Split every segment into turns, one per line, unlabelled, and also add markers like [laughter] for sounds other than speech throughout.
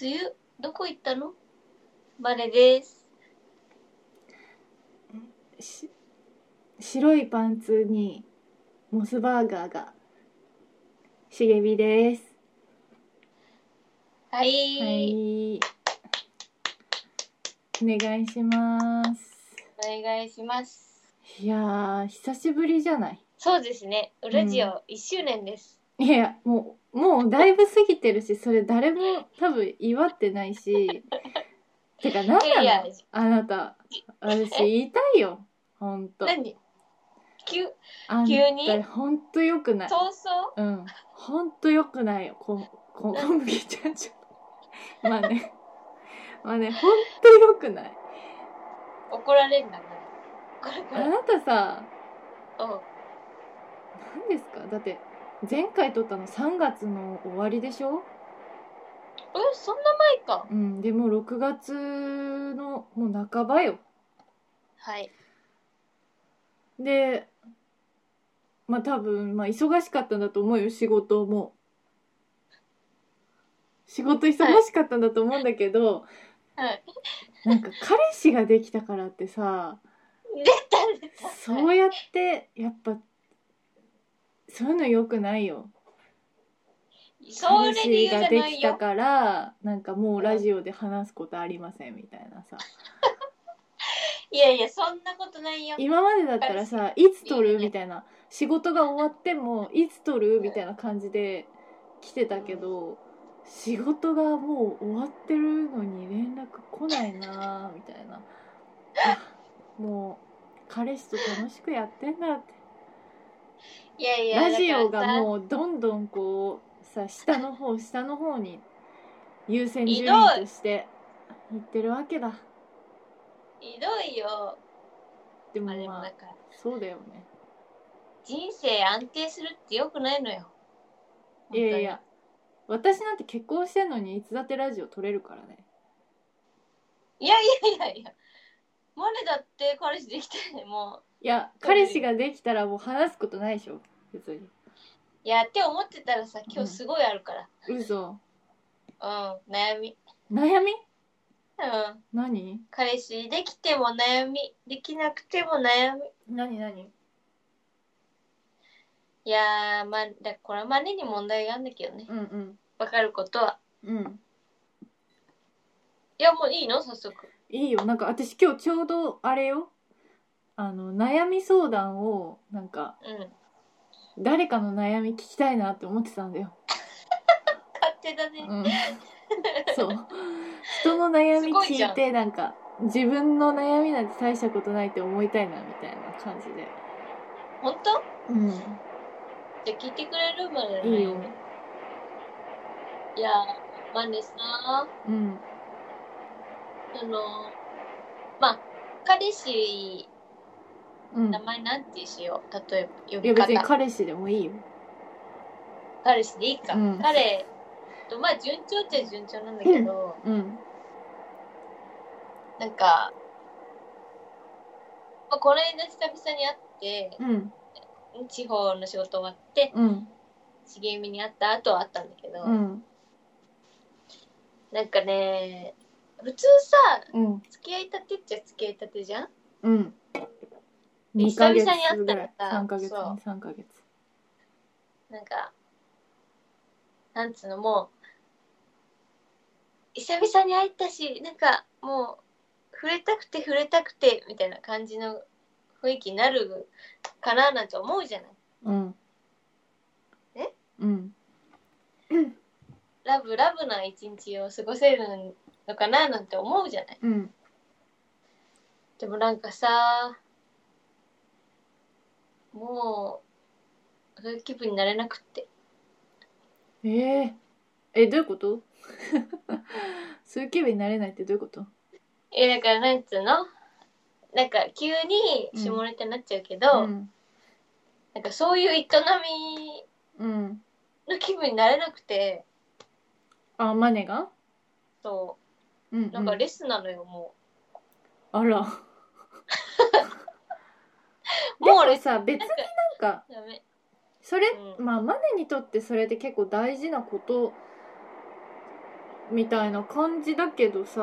梅雨どこ行ったのマネです
し白いパンツにモスバーガーが茂みです
はい、
はいお願いします
お願いします
いやー久しぶりじゃない
そうですねウラジオ1周年です、
いやもうもうだいぶ過ぎてるしそれ誰も多分祝ってないしてか何
い
な
や
の
いや
あなた私言いたいよほんと
何急
あん
急に
たほんとよくない
早々
うん、ほんとよくないよ、こ、こ、小麦ちゃんちゃん。まあね。 [laughs] まあね、ほんとよくない。
怒られんだねこれか
あ
ら
なたさ、
うん
何ですかだって、前回撮ったの3月の終わりでしょ
えそんな前か
うん、でも6月のもう半ばよ。
はい
で、まあ多分、まあ忙しかったんだと思うよ、仕事も。仕事忙しかったんだと思うんだけど、
はい
なんか彼氏ができたからってさ、
出た出た
そうやってやっぱそういうの良くないよ。
そ
彼
れ理
氏
由じゃ
が
な
で
い
き
よ
たからなんかもうラジオで話すことありませんみたいなさ。
いやいやそんなことないよ
今までだったらさいつ撮るみたいな仕事が終わってもいつ撮るみたいな感じで来てたけど仕事がもう終わってるのに連絡来ないなーみたいな。あもう彼氏と楽しくやってんだって。
いやいや
ラジオが
う
もうどんどんこうさ下の方下の方に優先順
ひど
位
い
としていってるわけだ
ひどいよ
でも
まあでも
ま
な
あ
んか
そうだよね
人生安定するってよくないのよ
いやいや私なんて結婚してんのにいつだってラジオ撮れるからね
いやいやいやいやマネだって彼氏できたよねも
いや
撮れる
彼氏ができたらもう話すことないでしょ別に
ういやって思ってたらさ今日すごいあるから
嘘
うん、悩み
悩み
うん
何
彼氏できても悩みできなくても悩み
何何
いやーまあだこれはマネに問題があるんだけどね
うんうん
わかることは
うん
いやもういいの早速
いいよなんか私今日ちょうどあれよあの悩み相談をなんか
うん
誰かの悩み聞きたいなって思ってたんだよ。
勝手だね [laughs]
うん、そう。人の悩
す
み
ごいじ
聞
ゃ
いてなんか自分の悩みなんて大したことないって思いたいなみたいな感じで。
本当
う
じゃあ聞いてくれるまで
ん。いいよ。
いやーマネさあ
うん。
のまあ彼氏
うん。
名前なんてしよう例えば呼
いや
び
別に
方
彼氏でもいいよ。
彼氏でいいか、
うん
彼とまあ順調っちゃ順調なんだけど、
うん。
なんか、まあ、この間久々に会って
うん。
地方の仕事終わって
うん。
茂みに会った後は会ったんだけど、
うん。
なんかね普通さ
うん。
付き合いたてっちゃ付き合いたてじゃん
うん。二
久
ヶ
々に
月
会ったらさ
ぐらい。三ヶ月ね
そう。
三ヶ月。
なんかなんつうのもう久々に会ったしなんかもう触れたくて触れたくてみたいな感じの雰囲気になるかななんて思うじゃない
うん。
え
うん。
ラブラブな一日を過ごせるのかななんて思うじゃない
うん。
でもなんかさもうそういう気分になれなくって
えええ、どういうこと [laughs] そういう気分になれないってどういうこと
えだからなんつうのなんか急に下ネタになっちゃうけど、
ん。
なんかそういう営み
うん。
の気分になれなくて
あ、マネが
そ
うん、う
うなんかレスなのよ、も
あ
[laughs]
ら。
うもう
で
レ
も
ス
さ、別になんか、
ダメ
それ、
うん
まあ、マネにとってそれって結構大事なことみたいな感じだけどさ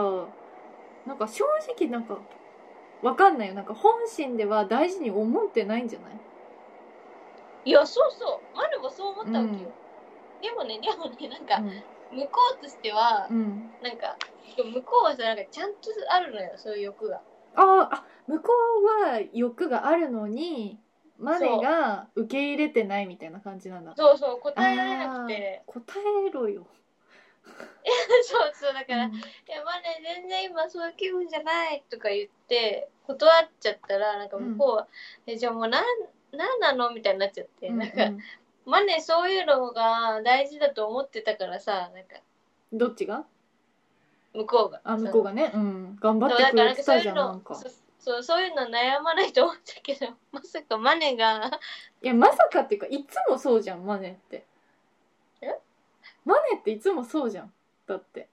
なんか正直なんかわかんないよなんか本心では大事に思ってないんじゃない
いやそうそうマルもそう思ったわけよ、でもねでもねなんか向こうとしては
う、ん、うん、
なんかでも向こうはさなんかちゃんとあるのよそういう欲が
ああ向こうは欲があるのにマネが受け入れてないみたいな感じなんだ
そうそう答えられなくて
あー答えろよ、
[laughs] そうそうだから、
う
い
ん
やマネ全然今そういう気分じゃないとか言って断っちゃったらなんか向こうは、えじゃあもうなんなんなのみたいになっちゃって、なんか
うん
マネそういうのが大事だと思ってたからさなんか
うんどっちが
向こうが
あ向こう
が
がねうん頑張
そうだ
ってく
からな
れ
んか
て
そう
た
い
じゃ
うん
なん
の
か
そうそうそういうの悩まないと思ったけど [laughs] まさかマネが [laughs]
いやまさかっていうかいつもそうじゃんマネって
え
マネっていつもそうじゃんだって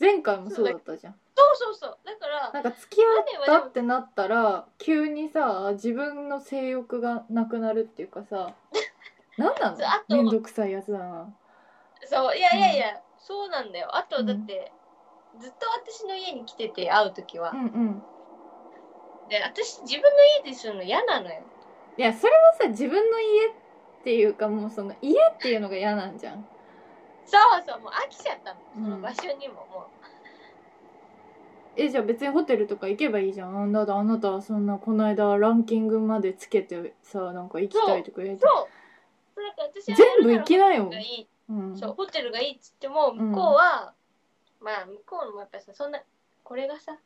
前回もそうだったじゃん
そうそうそうだから
なんか付き合ったってなったら急にさ自分の性欲がなくなるっていうか
[laughs]
さ何なの
そうあと
めんどくさいやつだな
そういやいやいや、そうなんだよあ
う
と
ん
だって、ずっと私の家に来てて会う時は
う、んうん
で私自分の家でするの嫌なのよ
いやそれはさ自分の家っていうかもうその家っていうのが嫌なんじゃん
そうそうもう飽きちゃったのその
うん
場所にもも
えじゃあ別にホテルとか行けばいいじゃんあんだってあなたはそんなこの間ランキングまでつけてさなんか行きたいとか言
う、
えて
そうそうだから私は
全部行きなよ
がいい
うん
そうホテルがいいっつっても向こうは、まあ向こうもやっぱさそんなこれがさ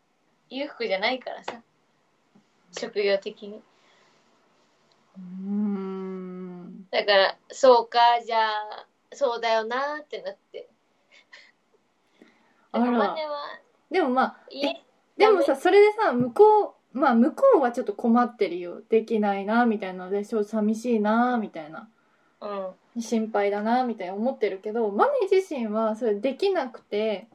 裕福じゃないからさ職業的に
うーん
だからそうかじゃあそうだよなーってなって
あら
だからマネは
でもまあ
家
でもさそれでさ向こうまあ向こうはちょっと困ってるよできないなみたいなのでちょっと寂しいなみたいな
うん
心配だなみたいな思ってるけどマネ自身はそれできなくて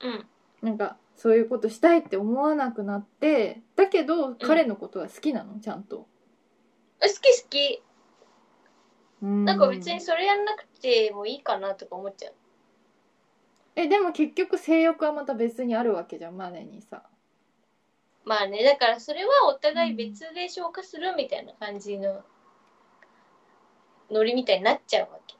うん
なんかそういうことしたいって思わなくなってだけど彼のことは好きなのちゃんと。
好き好き
な
なんか別にそれやんなくてもいいかなとか思っちゃう
えでも結局性欲はまた別にあるわけじゃんマネにさ
まあねだからそれはお互い別で消化するみたいな感じのノリみたいになっちゃうわけ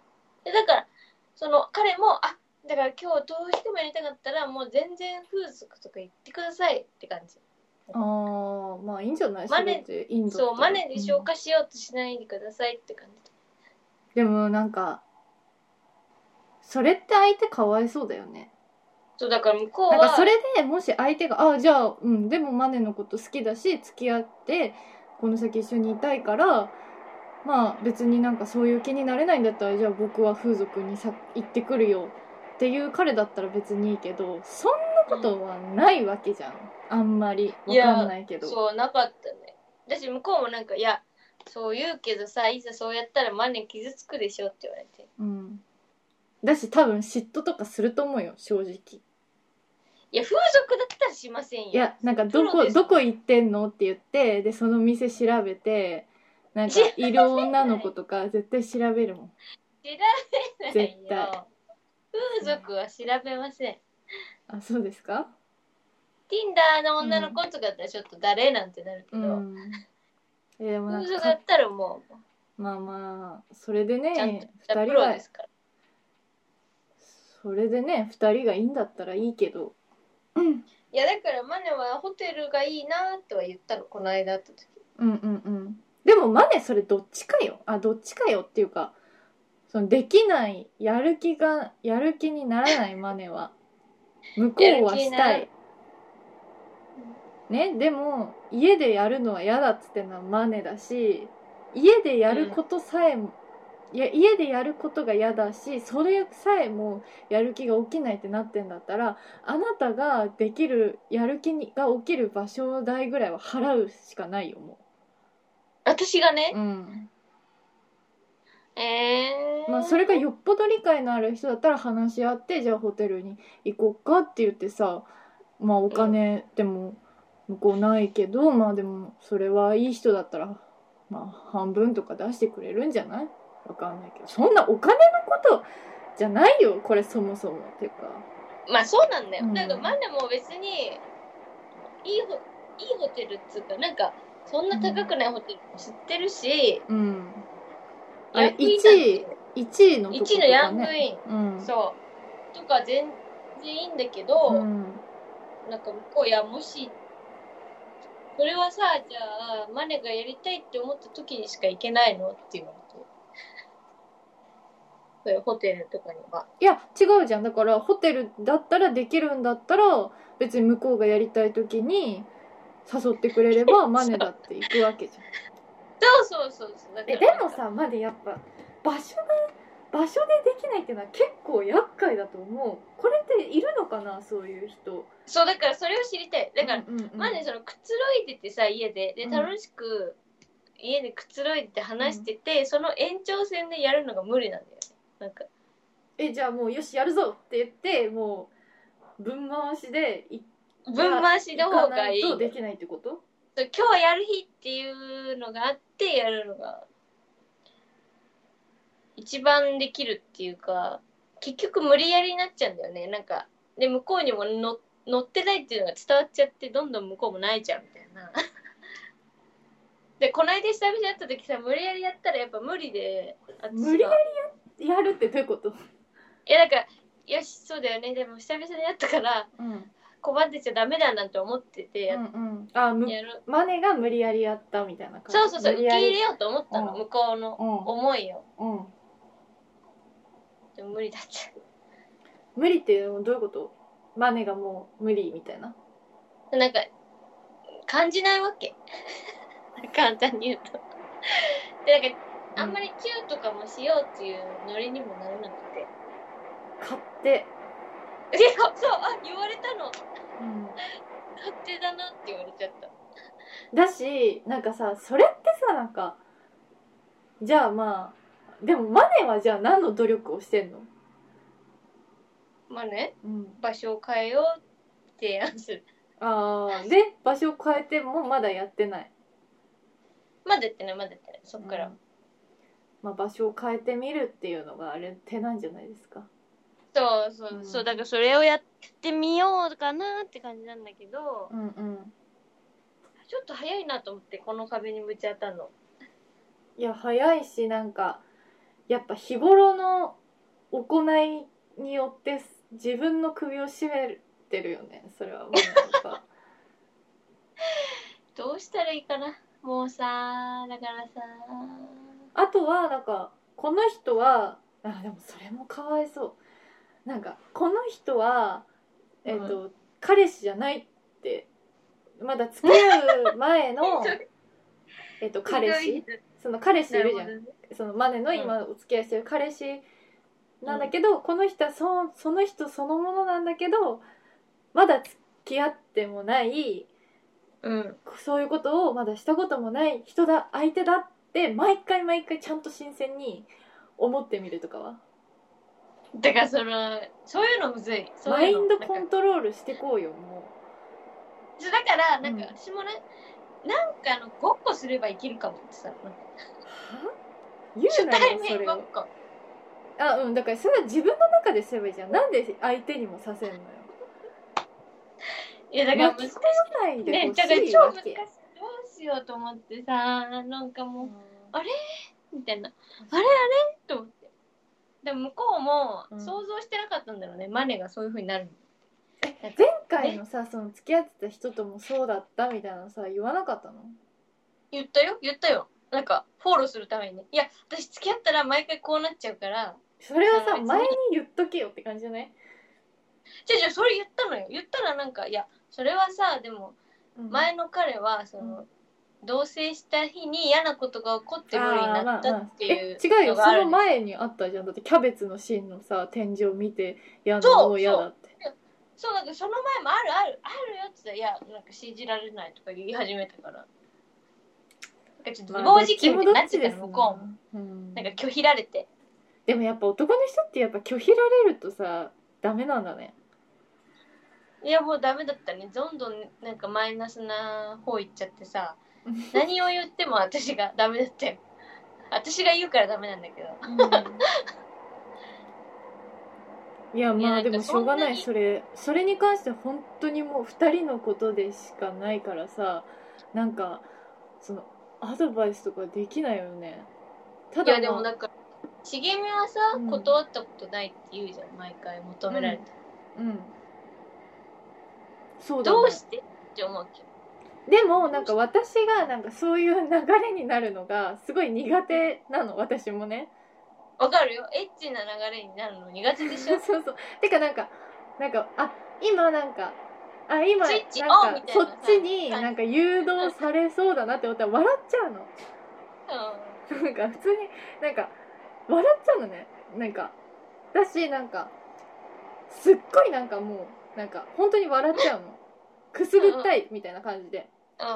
でだからその彼もあだから今日どうしてもやりたかったらもう全然風俗とか行ってくださいって感じ
あーまあいいんじゃない
マネ
それでいいんだったら
そうマネで消
うん
化しようとしないでくださいって感じ
でもなんかそれって相手かわいそうだよね
そうだから向こう
なん
は
かそれでもし相手が「あじゃあうんでもマネのこと好きだし付き合ってこの先一緒にいたいからまあ別になんかそういう気になれないんだったらじゃあ僕は風俗にさ行ってくるよ」っていう彼だったら別にいいけどそんなことはないわけじゃんあんまりわかんないけど
そうなかったねだし向こうもなんかいやそう言うけどさいざそうやったらマネ傷つくでしょって言われて
うん、だし多分嫉妬とかすると思うよ正直
いや風俗だったらしませんよ
いやなんかど
プロ
こ
です
どこ行ってんのって言ってでその店調べてなんか
調
いる女の子とか絶対調べるもん
調べないよ
絶対
風俗は調べません
あそうですか
Tinder の女の子とかだったらちょっと誰なんてなるけ
う
ど、
んえでもな
風
ん
俗
か
だったらもう
まあまあそれで
ちゃんと
ね
した
2
プ
人
ロ
が
ですから
それでね2人がいいんだったらいいけど
いやだからマネはホテルがいいなとは言ったのこの間会った時
うんうんうんでもマネそれどっちかよあどっちかよっていうかそのできないやる気がやる気にならないマネは向こうはした
やる
いねでも家でやるのは嫌だっつってんのはマネだし家でやることさえも、いや家でやることが嫌だしそれさえもやる気が起きないってなってんだったらあなたができるやる気にが起きる場所代ぐらいは払うしかないよも
私がね
う、うん、
えー、
まあ、それがよっぽど理解のある人だったら話し合ってじゃあホテルに行こうかって言ってさまあお金でも向こうないけど、まあでもそれはいい人だったらまあ半分とか出してくれるんじゃないわかんないけどそんなお金のことじゃないよこれそもそもっていうか
まあそうなんだよ、
うん
なんかマネも別にいいホいいホテルっつうかなんかそんな高くないホテルも知ってるし、
うんあ
ヤ
れ
ングインなん
1位1位のとこと
1位のヤングイン、
うん
そうとか全然いいんだけど、
うん
なんか向こういやもしそれはさじゃあマネがやりたいって思った時にしか行けないのって言われてそういうホテルとかにはい
や違うじゃんだからホテルだったらできるんだったら別に向こうがやりたい時に誘ってくれ
[laughs]
ればマネだって行くわけじゃん
そうそうそうそうだか
え
ら
でもさまでやっぱ場所が場所でできないっていうのは結構厄介だと思うこれっているのかなそういう人
そうだからそれを知りたいだから、
うんうんうん
マネそのくつろいでてさ家でで
うん
楽しく家でくつろいでて話してて、その延長線でやるのが無理なんだよねなんか
えじゃあもうよしやるぞって言ってもう分回しで行
分回しの方
か
が
ないい
い
とできないってこと
そう今日やる日っていうのがあってやるのが一番できるっていうか結局無理やりになっちゃうんだよねなんかで向こうにもの乗ってないっていうのが伝わっちゃってどんどん向こうも泣いちゃうみたいな [laughs] でこの間久々に会った時さ無理やりやったらやっぱ無理で私が
無理ややるってどういうこと
いやなんかよしそうだよねでも久々に会ったから
うん
拒んでちゃダメだなんて思っててや,、
うんうんあむ
やる
マネが無理やりやったみたいな感じ
そうそうそう
無
受
理
け
やり
入れようと思ったの
うん
向こうの思いを。
うんうん
でも無理だった。
無理っていうのもどういうことマネがもう無理みたいな
なんか、感じないわけ。 [laughs] 簡単に言うと。で、なんか、あんまりキューとかもしようっていうノリにもならなくて。
勝手
で、そう、あ、言われたの。
うん
勝手だなって言われちゃった。
だしなんかさそれってさなんかじゃあまあでもマネはじゃあ何の努力をしてんの、
まあね、
うん、
場所を変えようって提案する。
あーで場所を変えてもまだやってない
まだやってない、まだやってない。そっから。
うんまあ、場所を変えてみるっていうのがあれ手なんじゃないですか
そうそう、
うん
そう、だからそれをやってみようかなって感じなんだけど、
うんうん
ちょっと早いなと思って、この壁にぶち当たるの。
いや早いしなんかやっぱ日頃の行いによって自分の首を絞めてるよねそれはもうなんか
どうしたらいいかなもうさだからさ
あとはなんかこの人はあでもそれもかわいそうなんかこの人は、えっと彼氏じゃないってまだ付き合う前のえっと彼氏その彼氏いるじゃんそのマネの今お付き合いしてる彼氏なんだけど、この人はそその人そのものなんだけどまだ付き合ってもない
うん
そういうことをまだしたこともない人だ相手だって毎回毎回ちゃんと新鮮に思ってみるとかは
だからそのそういうのむずいそう
マ
い
イ
うの
ンドコン
なんか
トロールしてこうよも
そうだからなんか
うん
私もねなんかあのごっこすればいけるかもってさ
うは言う
初
な
対
よそ
面
れ
ごっ
を
こ
あうんだからそれは自分の中ですればいいじゃんなんで相手にもさせんのよ
いやだから難
巻
し
き
い
込まないで
ね
ほし
だから
い
超
わ
難し
け
いどうしようと思ってさなんかもうみたいなあれあれと思ってでも向こうも
うん
想像してなかったんだろうね、マネがそういうふうになるのなんか
前回のさその付き合ってた人ともそうだったみたいなのさ言わなかったの
言ったよ言ったよなんかフォローするためにいや私付き合ったら毎回こうなっちゃうから
それは
そ
さ
う
前に言っとけよって感じじゃない、
じゃあじゃあそれ言ったのよ言ったらなんかいやそれはさでも
うん
前の彼はその、同棲した日に嫌なことが起こって無理になったっていう
あーまあまあえ違う
の
よ
があ
そ
る
の
んです
前にあったじゃんだってキャベツの芯のさ天井見てやだもう嫌だって
そうだけどその前もあるあるあるよって言ったらいやなんか信じられないとか言い始めたからなんかちょっと
まあ
無謀事件みたいになっちゃったの
どっ
向
ち
こうも
も、うん
なんか拒否られて
でもやっぱ男の人ってやっぱ拒否られるとさダメなんだね
いやもうダメだったねどんどんなんかマイナスな方行っちゃって
[laughs]
さ何を言っても私が [laughs] ダメだったよ私が言うからダメなんだけどい
いや
や
ま
な
あ
んか
でもしょうがない
そ
それそれに関して本当にもう2人のことでしかないからさなんかそのアドバイスとかできないよねた
い
だ、
やでも
まあ
なんか茂みはさ、
うん
断ったことないって言うじゃん毎回求められて、
うんそうだね
どうしてって思うけど
でもなんか私がなんかそういう流れになるのがすごい苦手なの私もね
わかるよエッチな流れになるの苦手でし
[laughs] そ
ょ
うそうてかなんかなんかあ今なんかあ今
スイッチ
な
オンみ
んか
たい
そ
な
っちになんか誘導されそうだなって思ったら笑っちゃうの
う
なんか普通になんか笑っちゃうのねなんかだしなんかすっごいなんかもうなんか本当に笑っちゃうのくすぐったいみたいな感じで
んうん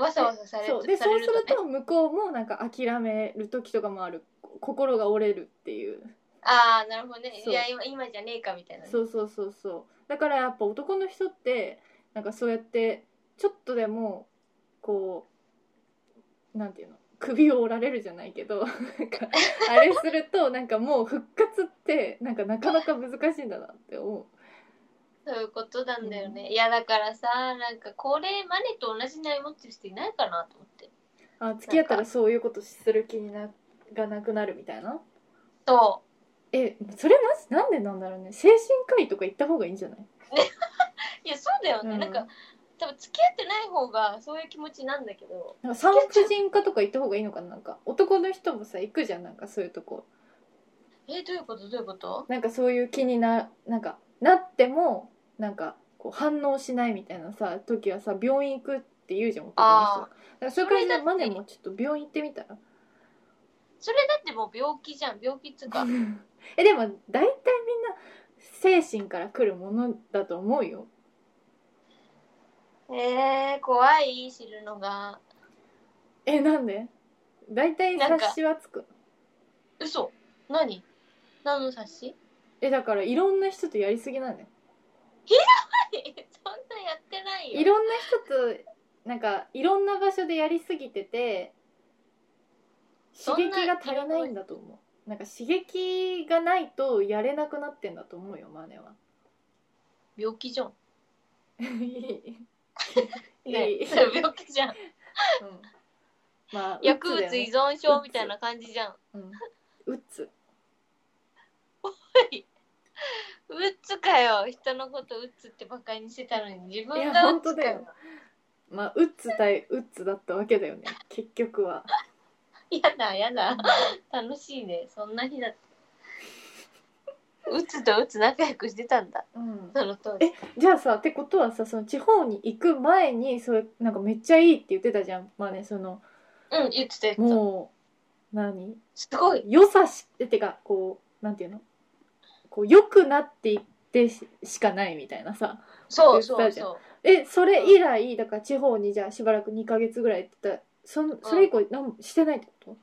わさわさされ
そうで
さ
そう
れ
す
る
る
とね
と向こうもなんか諦める時とかもあるこ心が折れるっていう
ああなるほどねい
そ
うや今今じゃねえかみたいなね
そうそうそうそうだからやっぱ男の人ってなんかそうやってちょっとでもこうなんていうの首を折られるじゃないけ [laughs] どなんかあれするとなんかもう復活ってなんかなかなか難しいんだなって思
そういうことなんだよね、いやだからさなんかこれマネと同じ悩み持ってる人いないかなと思って
うあ付き合ったらそういうことする気にながなくなるみたいな
そ
えそれマジなんでなんだろうね精神科医とか行った方がいいんじゃないう
いやそうだよね、
うん
なんか多分付き合ってない方がそういう気持ちなんだけど
なんか産婦人科とか行った方がいいのかななんか男の人もさ行くじゃんなんかそういうとこ
えどういうことどういうこと
なんかそういう気にななんかなってもなんかこう反応しないみたいなさ時はさ病院行くって言うじゃん男の人だ
あ
からそういう感じ
それだっ
で
て
マネもちょっと病院行ってみたら
それだってもう病気じゃん病気っつう [laughs] か
[laughs] えでも大体みんな精神から来るものだと思うよ
えー、怖い知るのが
えなんで大体
なんか
察しはつく
嘘何何の冊子
えだからいろんな人とやりすぎなんだよ
[laughs] そんなやってないよ
いろんな人となんかいろんな場所でやりすぎてて刺激が足りないんだと思うなんか刺激がないとやれなくなってんだと思うよマ
[laughs]
ネは
病気じゃん、
いい
ね
いい
病気じ [laughs] ゃん
うんまあ
薬
鬱だよ
物
ね
依存症みたいな感じじゃん
うんうつ
うっつかよ人のことうっつってバカにしてたのに自
い
分
や
がうっ
本
つ
当
かよ
だよまあうつ対うつだったわけだよね結局は
やだ [laughs] やだ楽しいねそんな日だったうつとうつ仲良くしてたんだ
うん
その当時
じゃあさってことはさその地方に行く前にそれなんかめっちゃいいって言ってたじゃんまあねその
うん言ってた言ってた
もう何
すごい
良さしってかこうなんていうのこう良くなっていってししかないみたいなさ
そうそ
言
う
ってたじゃ
そう
えそれ以来だから地方にじゃあしばらく2ヶ月ぐらい行ってたそんそれ以降何もしてないってこ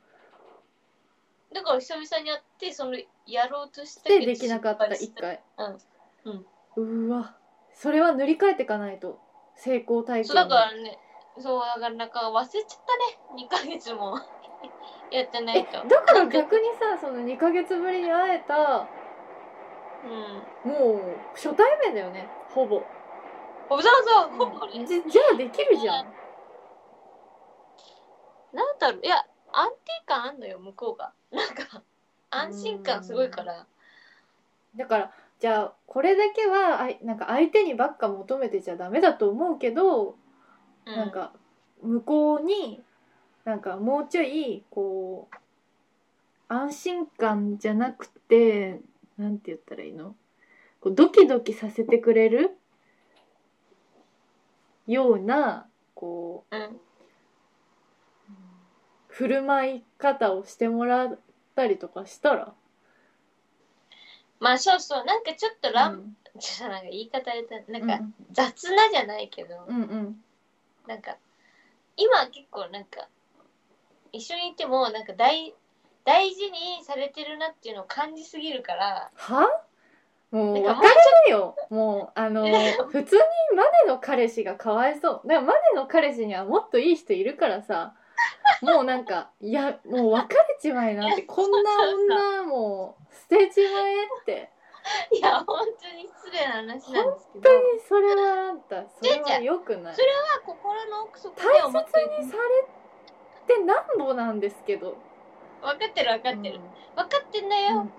だから久々に会ってそのやろうとし
と
たけど
でできなかった
失敗し
1回
う
うわそれは塗り替えていかないと成功体験
そうだからねそうだからなんか忘れちゃったね2ヶ月も [laughs] やってない
え
と
だから逆にさその2ヶ月ぶりに会えた
うん
もう初対面だよねほぼ
そうそうほぼ
じ
ね
じゃあできるじゃん
なんだろういや安定感あんのよ向こうがなんか安心感すごいから
だからじゃあこれだけはあいなんか相手にばっか求めてちゃダメだと思うけど、
う
なんか向こうになんかもうちょいこう安心感じゃなくてなんて言ったらいいのこうドキドキさせてくれるようなこ
うん
う振る舞い方をしてもらったりとかしたら、
まあそうそうなんかちょっとラン、
うん
ちょっとなんか言い方でた
う
なん
ん
か雑なじゃないけど、
うんうん
なんか今結構なんか一緒にいてもなんか大大事にされてるなっていうのを感じすぎる
[laughs]
から
はも
な
う
ん
別
かもう
れだよもうあの普通にマネの彼氏がかわいそうだからマネの彼氏にはもっといい人いるからさもうなんかいやもう別れちまえなんてこんな女もう捨てちまえって
いや本当に失礼な話なんですけど
本当にそれはあんたそれ
じゃ
は
あ
良くない
それは心の奥底で
大
思
切
って
にされてなんぼなんですけど
分かってる分かってる、分かってんだ
うんう
よ、
ん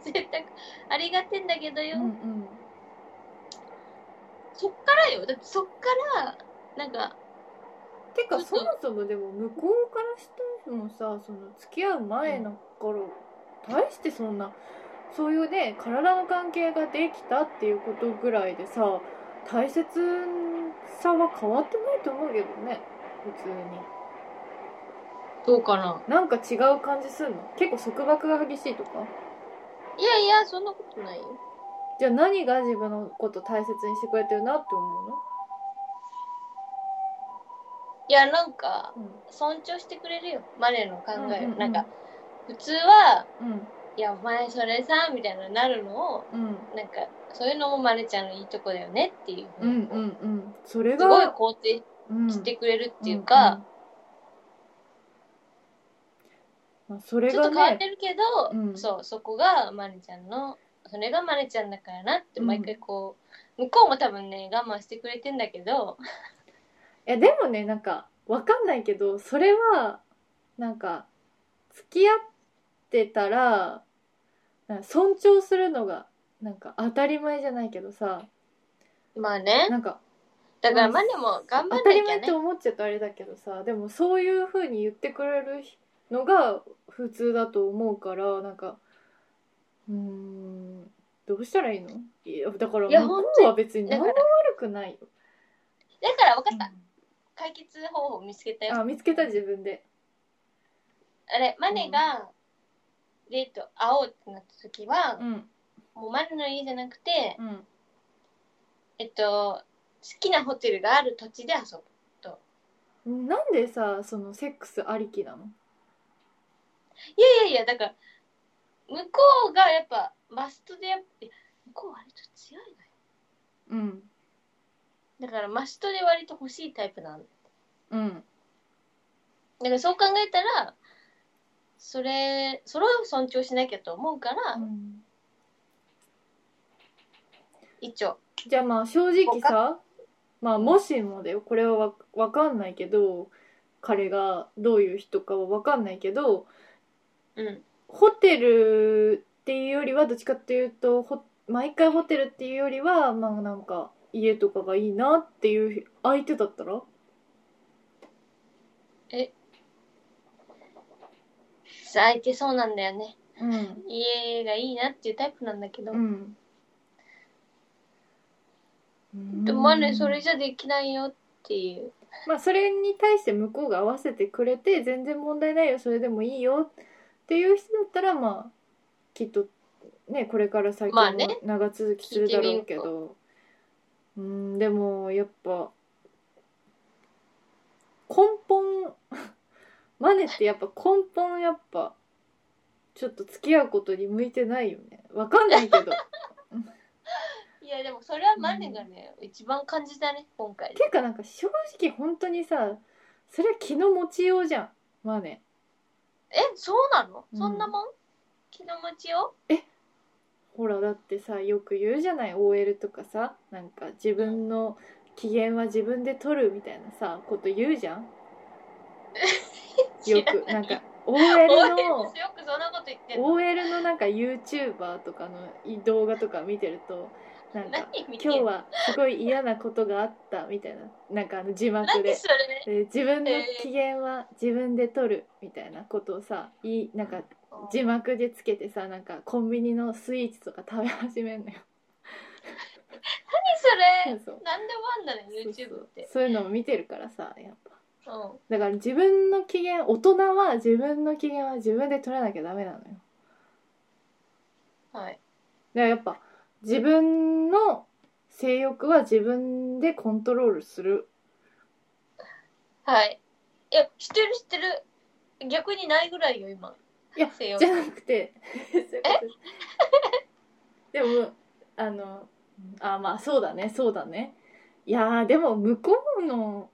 絶対ありがてんだけどよ、
うんうん
そっからよだってそっからなんか
てかそもそもでも向こうからしてもさその付き合う前の頃、大してそんなそういうね体の関係ができたっていうことぐらいでさ大切さは変わってないと思うけどね普通に
どうかな
なんか違う感じすんの結構束縛が激しいとか
いやいやそんなことないよ
じゃあ何が自分のこと大切にしてくれてるなって思うの
いやなんか
うん
尊重してくれるよマネの考えを、
うんうんうん
なんか普通は
うん
「いやお前それさ」みたいななるのを
うん
なんかそういうのもマネちゃんのいいとこだよねっていうふ
う
うんに
う
こ
んうんそれ
う
が
すごい肯定
うん
してくれるっていうか、
うんうんまあそれ
ちょっ
が
と変わっ
ね
てるけど、
うん
そうそこがマネちゃんのそれがマネちゃんだからなって
うん
毎回こう、向こうも多分ね我慢してくれてんだけど
えでもねなんかわかんないけどそれはなんか付き合ってたらなんか尊重するのがなんか当たり前じゃないけどさ
まあね
なんか
だからマネも頑張
当
ん
たり
な
前っ
き
て
ゃね
思っちゃうとあれだけどさでもそういう風に言ってくれるのが普通だと思うからなんかうーんどうしたらいいのいやだから
いや
向こ
本
う
当に
は別に何も
だ
悪
か
くないよ。
だから分かった、解決方法見つけたよ
あ
あ
見つけた自分で。
れマネがデート会おうってなった時は、
うん
もうマネの家じゃなくて
うん
えっと好きなホテルがある土地で遊ぶ
なんでさそのセックスありきなの
いやいやいやだから向こうがやっぱマストでやっぱいや向こう割と強いな
うん
だからマストで割と欲しいタイプなんだ
うん
だからそう考えたらそれそれを尊重しなきゃと思うから、一応
じゃあまあ正直さまあもしもだよこれはわわかんないけど彼がどういう人かはわかんないけど
うん
ホテルっていうよりはどっちかっていうとほ毎回ホテルっていうよりはまあなんか家とかがいいなっていう相手だったら
相手そうなんだよね
うん
家がいいなっていうタイプなんだけど、
うん
でもマネそれじゃできないよっていう
まあそれに対して向こうが合わせてくれて全然問題ないよそれでもいいよっていう人だったらまあきっとねこれから先も
まあね
長続きするだろうけど、うんでもやっぱ根本 [laughs] マネってやっぱ根本やっぱちょっと付き合うことに向いてないよねわかんな
[laughs]
いけど
いやでもそれはマネがね、一番感じたね今回
ていうかなんか正直本当にさそれは気の持ちようじゃんマネ。
えそうなの
うん
そんなもん、気の持ちよ
ほらだってさよく言うじゃない OL とかさなんか自分の機嫌は自分で取るみたいなさこと言うじゃんよくなんか OL
おいよ
の
くそんなこと言ってんの
OL のなんか YouTuber とかの動画とか見てるとなんか
何見てん
今日
の
はすごい嫌なことがあったみたいななんかあの字幕
何
で
それ
で自分の機嫌は自分で取るみたいなことをさいいなんか字幕でつけてさなんかコンビニのスイーツとか食べ始めんのよ。
何それ
そう
なんでもあんだね
そう
YouTube っ
そう
て
そういうのを見てるからさやっぱ
うん
だから自分の機嫌大人は自分の機嫌は自分で取らなきゃダメなのよだか
はい。
らやっぱ自分の性欲は自分でコントロールする
はい。いや、知ってる知ってる。逆にないぐらいよ、今。
いや
せよ
じゃなくて [laughs] そういうことでもあのあまあそうだねそうだねいやーでも向こうの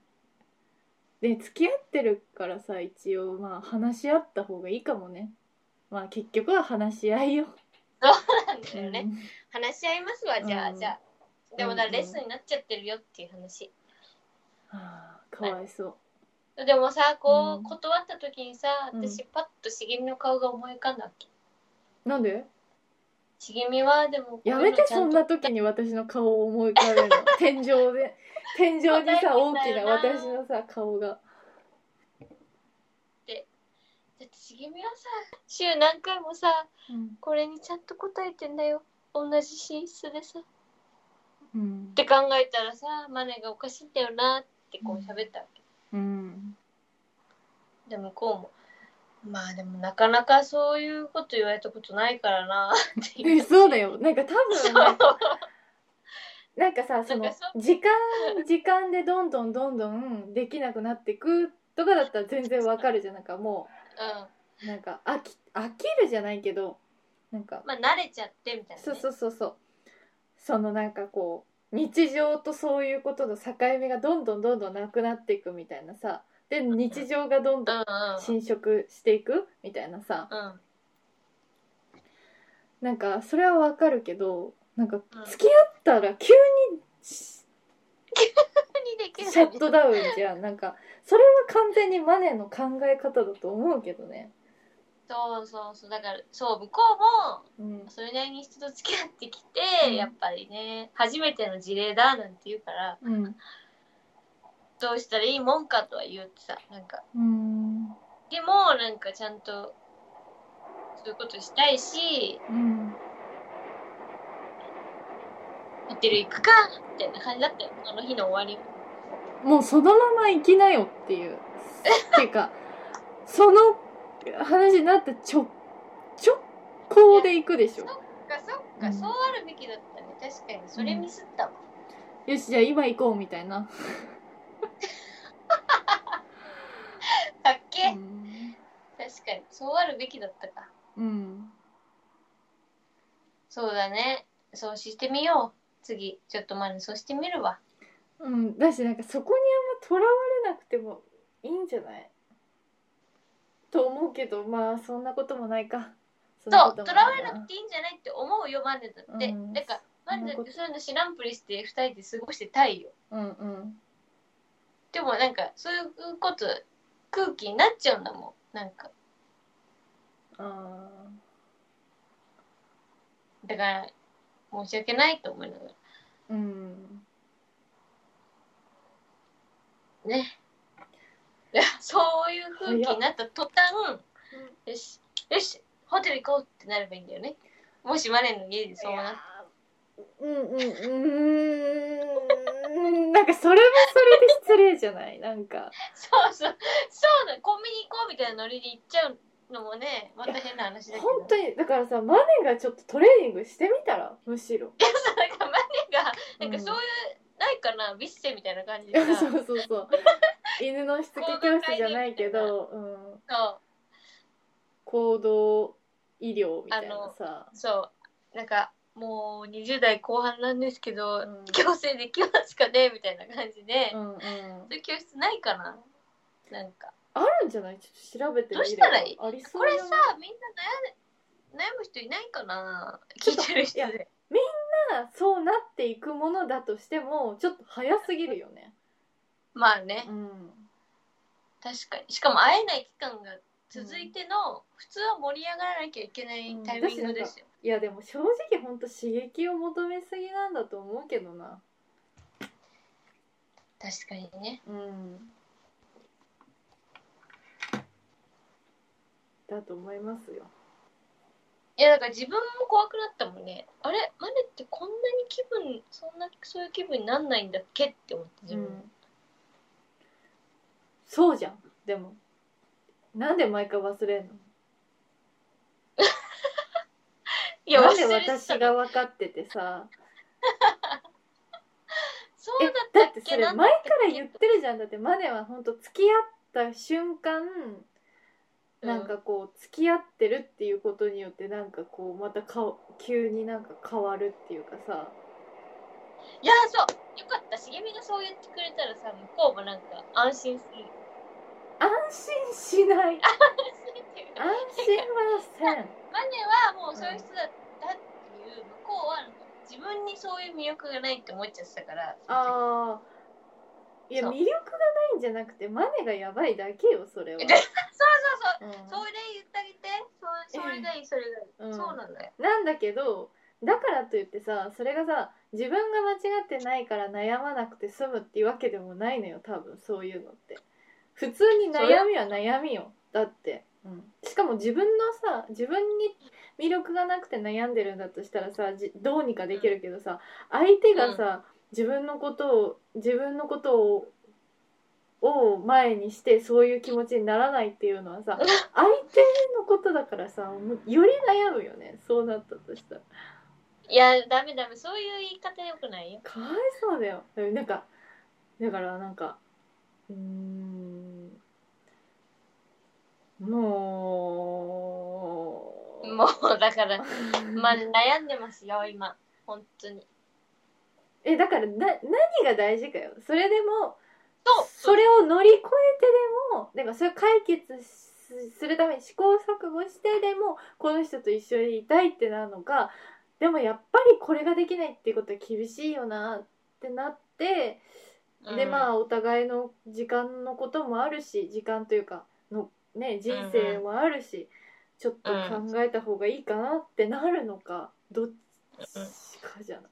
ね付き合ってるからさ一応まあ話し合った方がいいかもねまあ結局は話し合いよ
そうなんだよね、
うん
話し合いますわじゃあ、
うん
じゃあでもな
うん
レッスンになっちゃってるよっていう話
はあかわいそう
でもさこう、
うん
断った時にさ
うん
私パッと茂みの顔が思い浮かんだわけ
なんで
茂みはでもこういう
や
の
めて
ちゃ
そん
と
な時に私の顔を思い浮か
[laughs]
べるの天井で天井に
答えてた
さ
よ
大
な
きな私のさ顔が
だって茂みはさ週何回もさこれにちゃんと答えてんだよ同じ寝室でさっ
うん
て考えたらさマネがおかしいんだよなってこう喋ったわけ、
うん
で向こうもまあでもなかなかそういうこと言われたことないからなっていう
えそうだよなんか多
そう
分ねなんかさ
な
そ
ん
の
かそ
時間時間でどんどんどんどんできなくなってくとかだったら全然わかるじゃんなんかも
うん
うなんか飽き飽きるじゃないけどなんか
まあ慣れちゃってみたいな、ね、
そうそうそうそうそのなんかこう日常とそういうことの境目がどんどんどんどんなくなっていくみたいなさで日常がどん
う
ど
ん
ん
うん
侵食していくみたいなさ
うん
なんかそれはわかるけどなんか
うん
付き合ったら急にシ
にできない
シャットダウンじゃんなんかそれは完全にマネの考え方だと思うけどね。
そうそうそうだからそう向こ
うん
うもそれなりに人と付き合ってきて、
うん
やっぱりね初めての事例だなんて言うから
うん
どうしたらいいもんかとは言ってさなんか
うん
でもなんかちゃんとそういうことしたいし
うん
ホテル行くかみたいな感じだったよあの日の終わり
もうそのまま行きなよっていう。っていうか、その話になって直、直行で行くでしょ。
そっ
かそう
あるべきだったね確かにそ
れ
れ
ミ
ミスったわ、
よし、じゃあ今行こうみたいな。
だっけ、
うん
確かにそうあるべきだったか
うん。
そうだねそうしてみよう次ちょっと前にそうしてみるわ
うん。だし、なんかそこにあんまとらわれなくてもいいんじゃないと思うけど、まあそんなこともないか。そんな
そ
こ
う、
も
と
い
らわれなくていいんじゃないって思うよ、マネだって。
うん
なんか、マネだって
そ
そういうの知らんぷりして、二人で過ごしてたいよ。
うんうん。
でもなんか、そういうこと、空気になっちゃうんだもん。なんか、
あ
だから、申し訳ないと思いながら。
ーうん。
ね。いや [laughs] そういう空気になった途端、よし、よし、ホテル行こうってなればいいんだよね。もしマネの家でそうなっ
うんうんうーんなんかそれもそれで失礼じゃないなんか
そうそう、そうだ、コンビニ行こうみたいなノリで行っちゃうのもね、また変な話だけど。
本当にだからさマネがちょっとトレーニングしてみたらむしろ
[laughs] なんかマネがなんかそういう、
う
ないかなビッセみたいな感じでさ
そ
そう
うそうそう犬のしつけ教室じゃないけど、うん、行動医療みたいなさ
そうなんかもう20代後半なんですけど、
うん
強制できますかねみたいな感じで、
うんうん
そういう教室ないかななんか
あるんじゃないちょっと調べてみ
どう
れ
した
ば
らいい
ありそ
こ
うじ
れ
ゃ
さ
ない
みんな悩ん悩む人いないかな聞
ちょっ
い
と
てる人
い
で
まあそうなっていくものだとしてもちょっと早すぎるよね
まあね
うん
確かにしかも会えない期間が続いての、普通は盛り上がらなきゃいけないタイミングですよ、
いやでも正直ほんと刺激を求めすぎなんだと思うけどな
確かにね
うんだと思いますよ
いやだから自分も怖くなったもんねあれマネってこんなに気分そんなそういう気分になんないんだっけって思って自分、
うんそうじゃんでもなんで毎回忘れんの
いや
なんで
忘れてた
私が分かっててさ
そう
え
だ
だ
っ
ったて
っ
そ
け
れ
な
前
ん
か
だっけ
ら言ってるじゃんだってマネはほんと付き合った瞬間なんかこう付き合ってるっていうことによってなんかこうまたか急になんか変わるっていうかさ
いやそうよかった茂みがそう言ってくれたらさ向こうもなんか安心する [laughs]
安心しな
安
い
心っていうか
安心はせん
[laughs] マネはもうそういう人だったっ子は自分にそういう魅力がないって思っちゃってたから
ああいや
そう
魅力がないんじゃなくてマネがやばいだけよそれは、
そうそうそう
うん
それ言ってあげてそそれがいいそれがいい、
うん
そうなんだよ
なんだけどだからといってさそれがさ自分が間違ってないから悩まなくて済むっていうわけでもないのよ多分そういうのって普通に悩みは悩みよだって、うん、しかも自分のさ自分に魅力がなくて悩んでるんだとしたらさじどうにかできるけどさ相手がさ、自分のことを自分のことをを前にしてそういう気持ちにならないっていうのはさ相手のことだからさもうより悩むよねそうなったとしたら
いやダメダメそういう言い方よくないよ
かわいそうだよなんかだからなんかうーんもう
もうだ [laughs] からまあ悩んでますよ今本当に
えだからな何が大事かよそれでも
そう
それを乗り越えてでもなんかそれを解決すするために試行錯誤してでもこの人と一緒にいたいってなるのかでもやっぱりこれができないっていうことは厳しいよなってなって、でま
あ
あお互いの時間のこともあるし時間というかの、ね、人生もあるし、ちょっと考えた方がいいかなってなるのかどっちかじゃない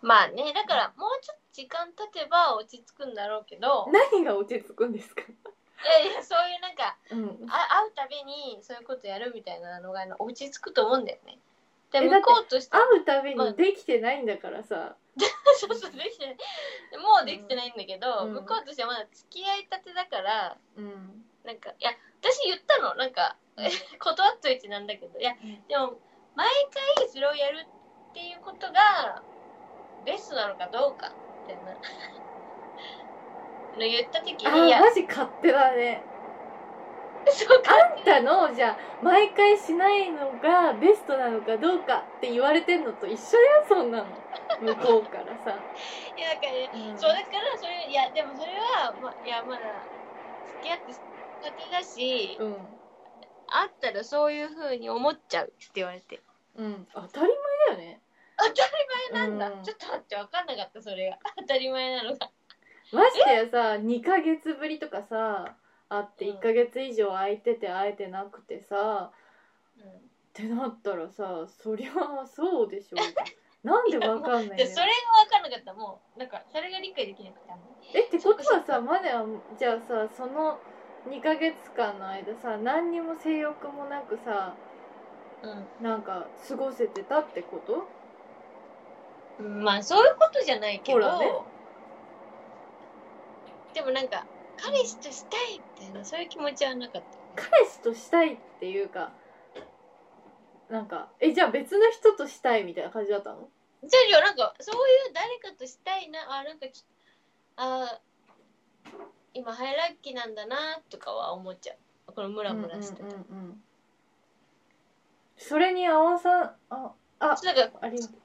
まあねだからもうちょっと時間経てば落ち着くんだろうけど
何が落ち着くんですか、
いやいやそういうなんか
うん
あ会うたびにそういうことやるみたいなのが落ち着くと思うんだよね。で
え
向
だって
こうとして
会
は
うたびにできてないんだからさ、
そうそうできてないもうできてないんだけど、
うん
向こうとしてはまだ付き合いたてだから
うん、
なんかいや私言ったのなんか [laughs] 断っといてなんだけどいや
うん
でも毎回それをやるっていうことがベストなのかどうかみたいな [laughs] の言った時
あ
にいや
ーマジ勝手だね
そうか
あんたのじゃあ毎回しないのがベストなのかどうかって言われてんのと一緒よそんなの向こうからさ、
いやなんかね
うん
そうだからそれいやでもそれは、ま、いやまだ付き合ってだけだし、
うん、
あったらそういう風に思っちゃうって言われて
うん、当たり前だよね
当たり前なんだ、
うん
ちょっと待って分かんなかったそれが [laughs] 当たり前なのが
ましてやさ2ヶ月ぶりとかさ会って
うん
1ヶ月以上空いてて会えてなくてさ、
うん
ってなったらさそりゃそうでしょうなんでわかんないの
で
よ
[laughs] それが分かんなかったもうなんかそれが理解できなかった
えってこと
そっ
は
かそっ
さ
か
マネはじゃあさその2ヶ月間の間さ何にも性欲もなくさなんか過ごせてたってこと
うんまあそういうことじゃないけど
ほらね
でもなんか彼氏としたいみたいなそういう気持ちはなかった
彼氏としたいっていうかなんかえじゃあ別の人としたいみたいな感じだったの
じゃあいやなんかそういう誰かとしたいなあなんかきあ今ハイラッキーなんだなとかは思っちゃうこのムラムラしてて、
うんうんうんうんそれに合わさああ
そうだからだ
ありがとう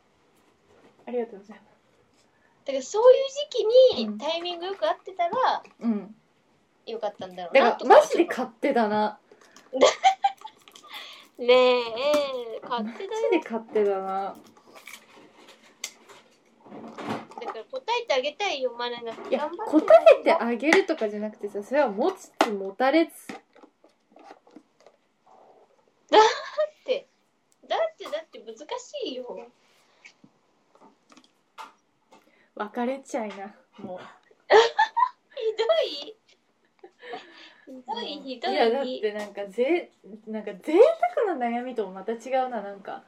ありがとうございま
からそういう時期
う
に
ん
タイミングよく合ってたら
すうん
よかったんだろう
だ
な
か
と
ら
か
マジで勝手だな
ねえ勝手だ
マジで勝手だな
よだから答えてあげたいよマネが
いや
頑張って
答えてあげるとかじゃなくてさそれは持ちつ持たれつ
だってだって難しいよ
別れちゃいなもう
ひどいひどいひどい
いやだってなんかぜなんか贅沢な悩みともまた違うななんか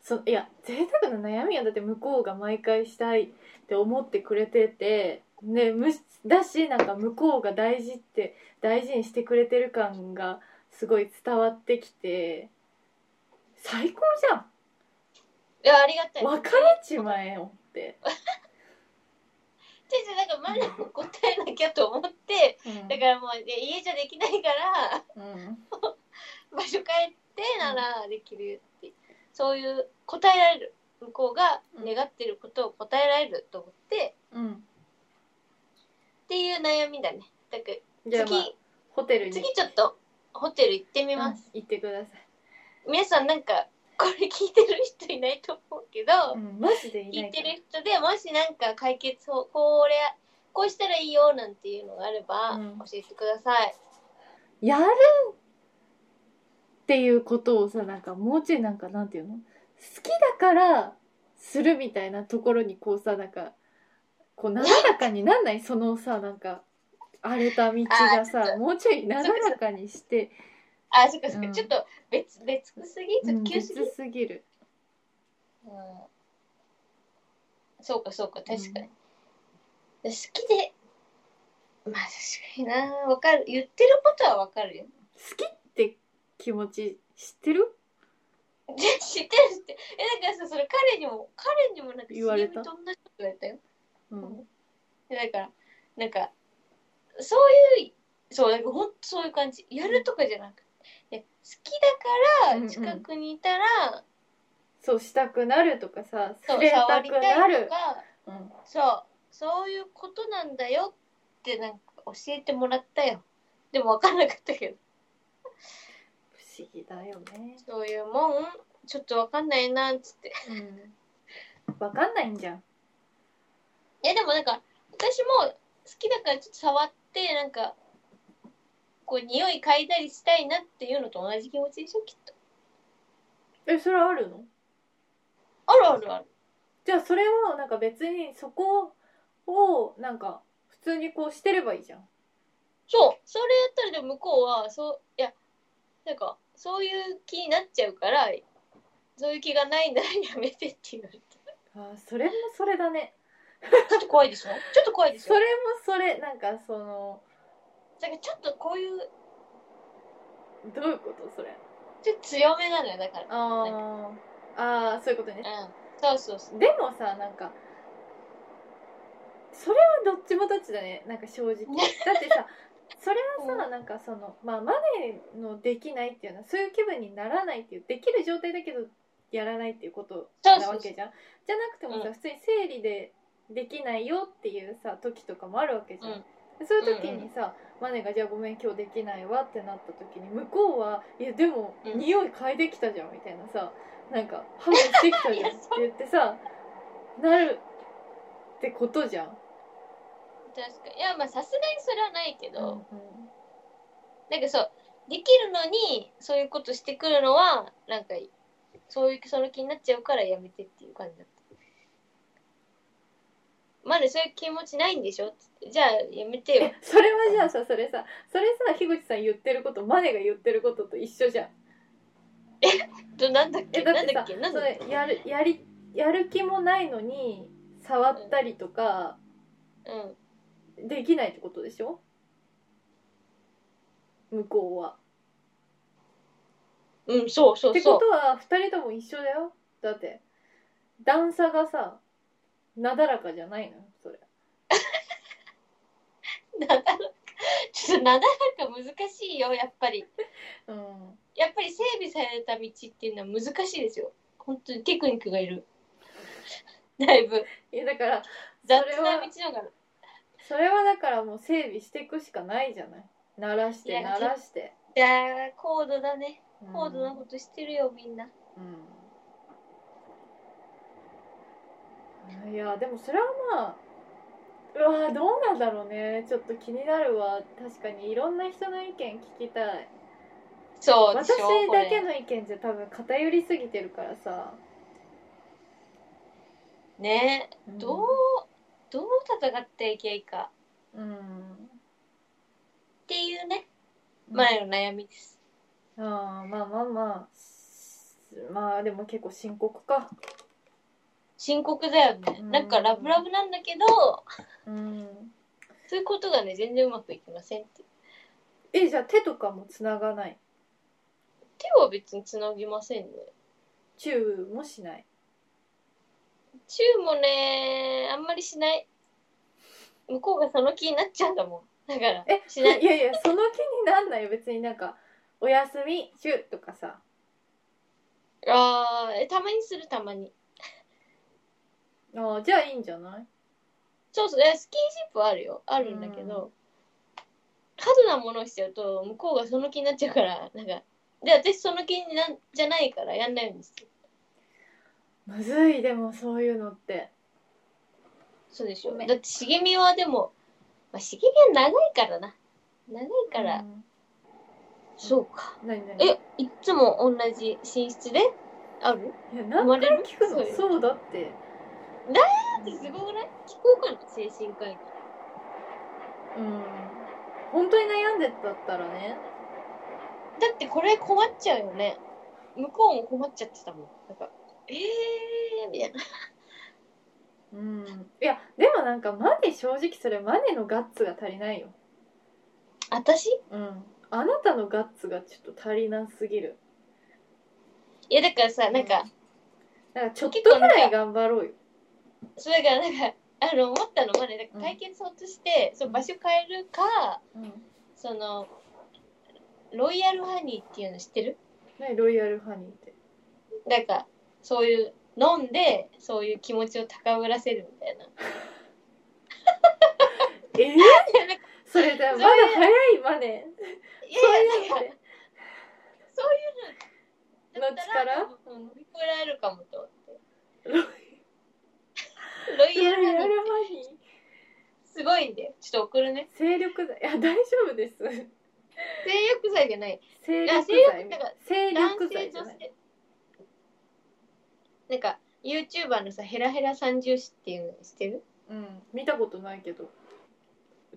そいや贅沢な悩みはだって向こうが毎回したいって思ってくれててねむしだしなんか向こうが大事って大事にしてくれてる感がすごい伝わってきて最高じゃん
いやありがたい
別れちまえよって、
先生なんかマネも答えなきゃと思ってだからもうで家じゃできないから [laughs]
うん
場所変えてならできるってそういう答えられる向こうが願ってることを答えられると思って
うん
っていう悩みだねだから
じゃあ、
次、
まあ、ホテルに
次ちょっとホテル行ってみます、
うん行ってください
皆さんなんかこれ聞いてる人いないと思うけど、
うん、マジでい
聞
ないい
て
から
る人でもしなんか解決法これこうしたらいいよなんていうのがあれば
うん
教えてください、
やるっていうことをさなんかもうちょいなんかなんていうの好きだからするみたいなところにこうさなんかこうなだらかになんないそのさなんか荒れた道がさもうちょいなだらかにして
あそっかそっか、
うん
ちょっと別別くすぎちょっと急すぎ、
うん別すぎる
うんそうかそうか確かに、好きでまあ確かになわかる言ってることはわかるよ
好きって気持ち知ってる
知ってる知ってるえだからさそれ彼にも彼にもなんか
言われた
CM と同じこと言われたよ
うん
でだからなんかそういうそうなんかほんとそういう感じやるとかじゃなくていや好きだ
うんう
から
ん
近くにいたら、
そうしたくなるとかさ
そ
触
う
れ
触
た
り
く
た
ない
と
る
か
うん
そうそういうことなんだよってなんか教えてもらったよでも分からなかったけど
不思議だよね
そういうもんちょっと分かんないなっつって
うんわかんないんじゃん
いやでもなんか私も好きだからちょっと触ってなんかこう匂い嗅いだりしたいなっていうのと同じ気持ちでしょきっと
えそれあるの
あるあるある
じゃあそれはなんか別にそこをなんか普通にこうしてればいいじゃん
そう、それやったらでも向こうは、そう、いや、なんか、そういう気になっちゃうから、そういう気がないならやめてって言われて。
あーそれもそれだね
ちょっと怖いでしょちょっと怖いでし
そ
ょ
れもそれなんかその
だからちょっとこういう、
どういうことそれ
ちょっと強めなのよ、だから。
あーあーそういうこと
う
ね
ん。そうそうそう。
でもさなんかそれはどっちもどっちだねなんか正直だってさそれはさなんかそのまあマネのできないっていうのはそういう気分にならないっていうできる状態だけどやらないっていうこと
そう
な
そうそう
わけじゃんじゃなくてもさ、
うん
普通に生理でできないよっていうさ時とかもあるわけじゃん、
うん
そういう時にさ、マネが「じゃあごめん今日できないわ」ってなった時に向こうは「いやでも、
うん
匂い嗅いできたじゃん」みたいなさなんか「ハグしてきたじゃん」って言ってさ
[laughs]
なるってことじゃん。
確かに。いや、まあ、さすがにそれはないけど、
うん
なんかそう、できるのに、そういうことしてくるのは、なんか、そういう、その気になっちゃうからやめてっていう感じだった。まだそういう気持ちないんでしょつってじゃあやめてよ
え。それはじゃあさそれさそれさ樋口さん言ってることマネが言ってることと一緒じゃん。
どなんだっけ
えだ
な
っ
ん
て
だ
さ
っけなん
そ
だっ
れやるやりやる気もないのに触ったりとか
けうん。
できないってことでしょ向こうは。
うん、そうそ
っ
う
[laughs] てこ
そう
と。は2人とも一緒だよだって段差がさなだらかじゃないのよそれ
なだらか、ちょっとなだらか難しいよ、やっぱり。
うん
やっぱり整備された道っていうのは難しいですよ。本当にテクニックがいる。だいぶ。
いやだからそ
雑
れ
な道
は
のが
それはだからもう整備していくしかないじゃない鳴らし
い
て
や
鳴らして
いやー、高度だね。
うん
高度なことしてるよ、みんな。
うんいやでもそれはまあうわーどうなんだろうねちょっと気になるわ確かにいろんな人の意見聞きたい
そうでし
私
ょ
だけ
こ
の意見じゃ多分偏りすぎてるからさ、
れね
うん
どう、どう戦っていけばいいか
うん
っていうね、前の悩みです。
ああまあまあまあまあでも結構深刻か
深刻だよね
う。ん
なんかラブラブなんだけど、
うん
そういうことがね、全然うまくいきませんって。
えじゃあ手とかもつながない
手は別につなぎませんね。
チューもしない
チューもね、あんまりしない。向こうがその気になっちゃうんだもん。だから、
え
しない
やいやその気になんないよ別になんか「おやすみチュー」とかさ
あーえたまにする、たまに。
ああじゃあいいんじゃない
そうそう、えスキンシップはあるよ。あるんだけど、過度なものをしちゃうと、向こうがその気になっちゃうから、なんか、で私その気になんじゃないからやんないようにしてる
むずいでもそういうのって
そうでし
ご
ょ
めん
だって茂みはでも、まあ、茂みは長いからな長いから、
うん
そうか
何何
えいっつも同じ寝室である
いや
生
何
まれる
聞く
そう
の
よ
そうだって
だってすごくない聞こうかな精神科医に
うん本当に悩んでたったらね
だってこれ困っちゃうよね向こうも困っちゃってたもんなんかえーみたいな
うんいやでもなんかマネ正直それマネのガッツが足りないよ
私
うんあなたのガッツがちょっと足りなすぎる
いやだからさなんか、
なんかちょっとぐらい頑張ろうよ
それからなんかあの思ったのまね
うん
体験そうとして、その場所変えるか
うん
そのロイヤルハニーっていうの知ってる
何ロイヤルハニーって
なんかそういう飲んでそういう気持ちを高ぶらせるみたいな
えー、それだまだ早いマネ
い
そう
やい
い
や
う
な
の
ん
っ
かだっ
て
たら
の
うん乗り越えられるかもと思って
ロ
ロ
ロ
イ
イ
ヤ
ヤ
ルハニー
ルハニー
すごいんだよちょっと送るね
精力剤いや大丈夫です
性欲剤じゃない
精
や
力
精力
剤
なんか
精
男
力
性
剤じ
女
ゃない
性なんか YouTuber のさヘラヘラ三重師っていうの知ってる
うん見たことないけど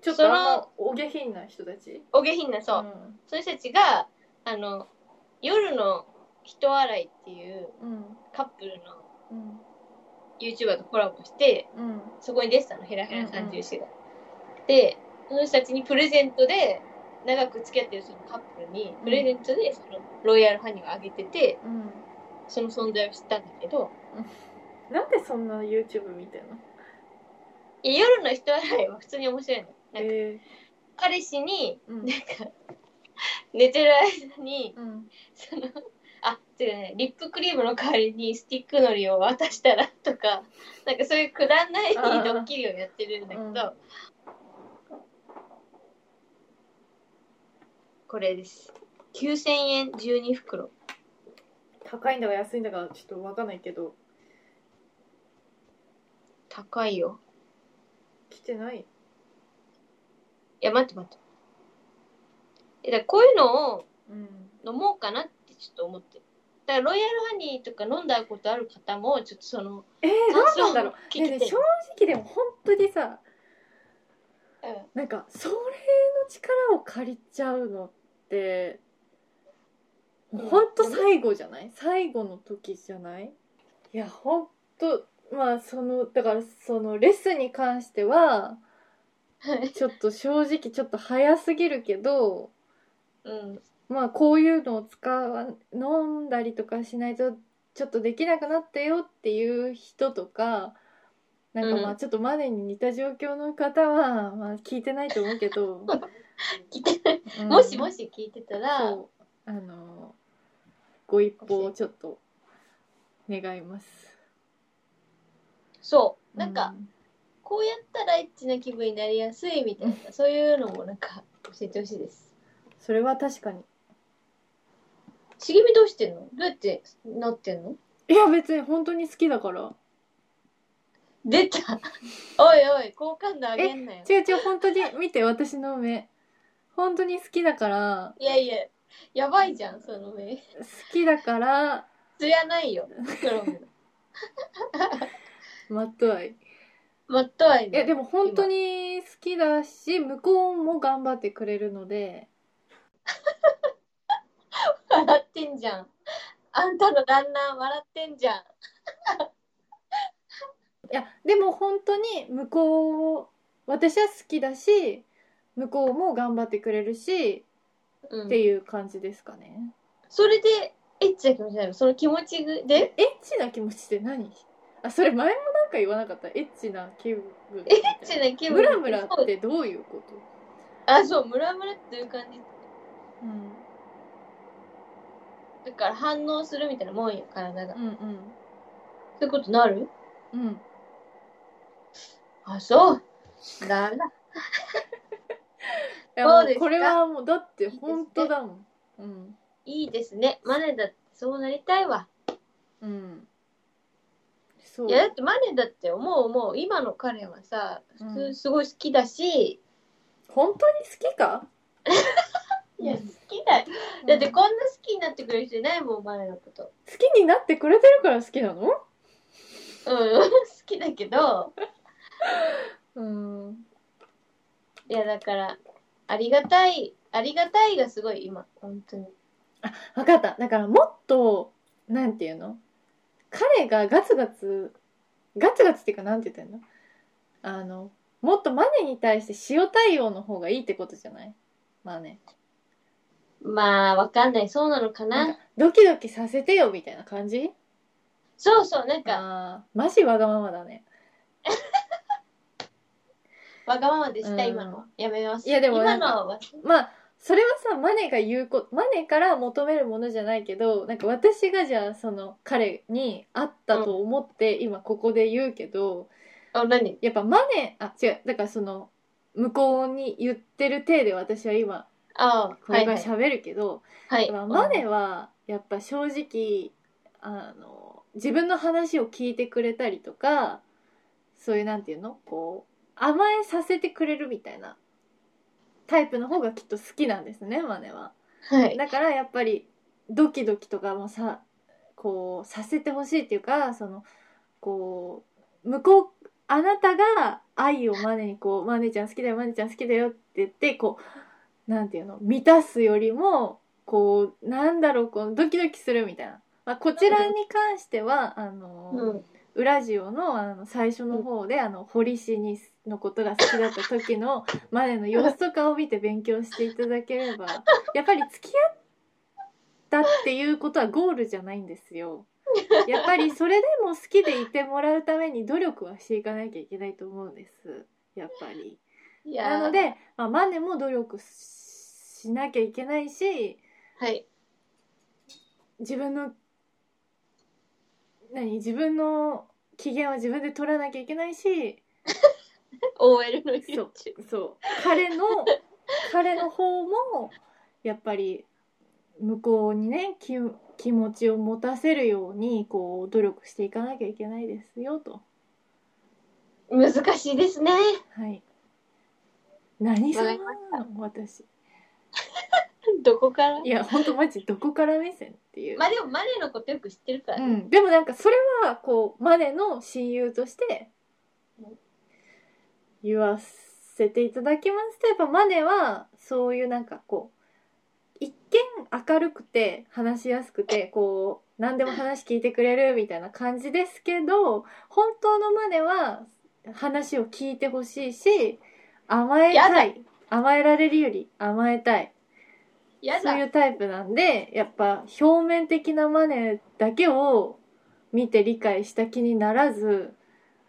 ちょっとあんまお下品な人たち
お下品なそう、
ん
そういう人たちがあの夜の人洗いっていう
うん
カップルの
うん、
YouTuber とコラボして
うん、
そこに出てたのヘラヘラ三重師が。でその人たちにプレゼントで長く付き合ってるそのカップルにプレゼントでそのロイヤルハニーをあげてて
うん、
その存在を知ったんだけど
なんでそんな YouTube 見てんの
いや夜の人洗いは普通に面白いの。なんか
え
彼氏に
ー、うん
なんか寝てる間に
うん
その [laughs] あ違うねリップクリームの代わりにスティックのりを渡したらとか [laughs] なんかそういうくだらないド
あー
ッキリをやってるんだけど、
うん
これです9000円12袋
高いんだか安いんだかちょっとわかんないけど
高いよ
来てない
いや待って待ってえだからこういうのを
うん
飲もうかなってちょっと思ってるだからロイヤルハニーとか飲んだことある方もちょっとその
えー、
感
何
想
な
を
んだろう
聞き
ね
た
え
い
ねえ正直でも本当にさ
うん
なんかそれの力を借りちゃうのって
うん
本当最後じゃない最後の時じゃないいや本当まあそのだからそのレッスンに関しては
はい
ちょっと正直ちょっと早すぎるけど
うん
まあこういうのを使わ飲んだりとかしないとちょっとできなくなったよっていう人とかなんかま
う
あちょっとマネに似た状況の方はまあ聞いてないと思うけ
[laughs]
ど、
聞いてない
うん
もしもし聞いてたら
そうあのご一報をちょっと願います
そうなんか、こうやったらエッチな気分になりやすいみたいなそういうのもなんか教えてほしいです
うんそれは確かに
茂みどうしてんのどうやってなってんの
いや別に本当に好きだから
出た [laughs] おいおい好感度上げんなよ
違う違う本
[laughs]
当に見て私の目本当に好きだから
いやいややばいじゃんその目
好きだから
つやないよ黒
[laughs]
目
マットアイ
マットアイ
いやで
も
も本当に好きだし向こうも頑張ってくれるので
笑ってんじゃんあんたの旦那笑ってんじゃん
いやでも本当に向こう私は好きだし向こうも頑張ってくれる
うん
し、っていう感じですかね
それでエッチな気持ちになるその気持ちで
エッチな気持ちって何あそれ前もなんか言わなかったエッチな気分
エッチな気分
ムラムラってどういうこと、
あそうムラムラっていう感じ
うん、
だから反応するみたいなもんや体が
うんうん
そういうことなる
うん
あそうなら
いやも
そうですか
これはもうだって本当だもんうん
いいですね。マネだってそうなりたいわ。
うんそう
いや、だってマネだって思う思う。今の彼はさ、普
う
通
ん
すごい好きだし、
本当に好きか
[laughs] いや、好きだよ。だってこんな好きになってくれる人いないもん、マネのこと。
好きになってくれてるから好きなの
うん、好きだけど、
うん
いや、だから、ありがたい、ありがたいがすごい今、本当に。
分かっただからもっとなんていうの彼がガツガツガツガツっていうかなんて言ったらいいのあのもっとマネに対して塩対応の方がいいってことじゃないマネ
まあ、わかんない。そうなのかな。
なんかドキドキさせてよみたいな感じ
そうそう、なんか、
あーマジわがままだね
わがままでした、
うん
今の。やめます。
いやでも
今
なんか
のは、
まあそれはさマネが言うことマネから求めるものじゃないけどなんか私がじゃあその彼に会ったと思って今ここで言うけど、
あ、何
やっぱマネあ違うだからその向こうに言ってる体で私は今
ああ、
こ
は
れ
い、
か
は
ら
い。
喋るけど、
は
や
い
っぱマネはやっぱ正直あの自分の話を聞いてくれたりとかそういうなんていうのこう甘えさせてくれるみたいなタイプの方がきっと好きなんですねマネは。
はい。
だからやっぱりドキドキとかもさこうさせてほしいっていうかそのこう向こうあなたが愛をマネにこう「マネちゃん好きだよマネちゃん好きだよ」って言ってこうなんていうの満たすよりもこうなんだろうこのドキドキするみたいな、まあ、こちらに関してはあの、
うん。
ウラジオのあの最初の方で、あの堀市にのことが好きだった時のまでの様子とかを見て勉強していただけ
[laughs]
ればやっぱり付き合ったっていうことはゴールじゃないんですよ。やっぱりそれでも好きでいてもらうために努力はしていかなきゃいけないと思うんですやっぱり。
いやー
なの、で、まあ、マネも努力しなきゃいけないし
[laughs] はい。
自分の何自分の機嫌は自分で取らなきゃいけないし
OL の
そ
YouTube
う。そう彼
[laughs]
の彼の方もやっぱり向こうにね気気持ちを持たせるようにこう努力していかなきゃいけないですよと
難しいですね。
はい何様
わか
な
り
の私
どこから
いや本当マジどこから目線っていう
まあでもマネのことよく知ってるから
う
ね、
ん、でもなんかそれはこうマネの親友として言わせていただきますとやっぱマネはそういうなんかこう一見明るくて話しやすくてこう何でも話聞いてくれるみたいな感じですけど本当のマネは話を聞いてほしいし甘えたい甘えられるより甘えたい
や
そうい
だ
うタイプなんでやっぱ表面的なマネだけを見て理解した気にならず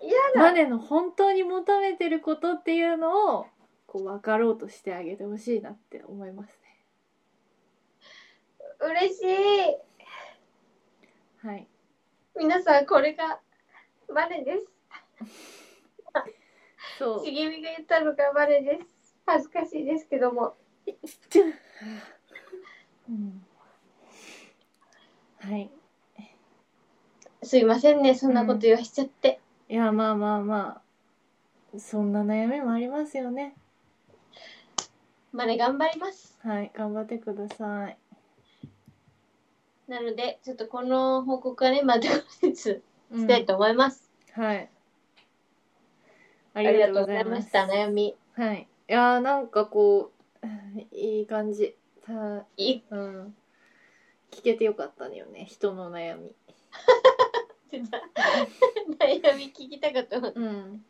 嫌だ
マネの本当に求めてることっていうのをこう分かろうとしてあげてほしいなって思います
嬉しい
ね。はい、
皆さんこれがマネです
そ
[laughs]
う
茂みが言ったのがマネです恥ずかしいですけども
うんはい、
すいませんねそんなこと言わしちゃって、
いやまあまあまあそんな悩みもありますよね。
マネ頑張ります
はい頑張ってください。
なのでちょっとこの報告はねまた [laughs] 後日したいと思います、
うんはい。あ
ありがとうございました悩み
はい。いやーなんかこう、 [laughs] いい感じ。た
いい
うん。聞けてよかったよね。人の悩み。
[laughs] 悩み聞きたかった
うん。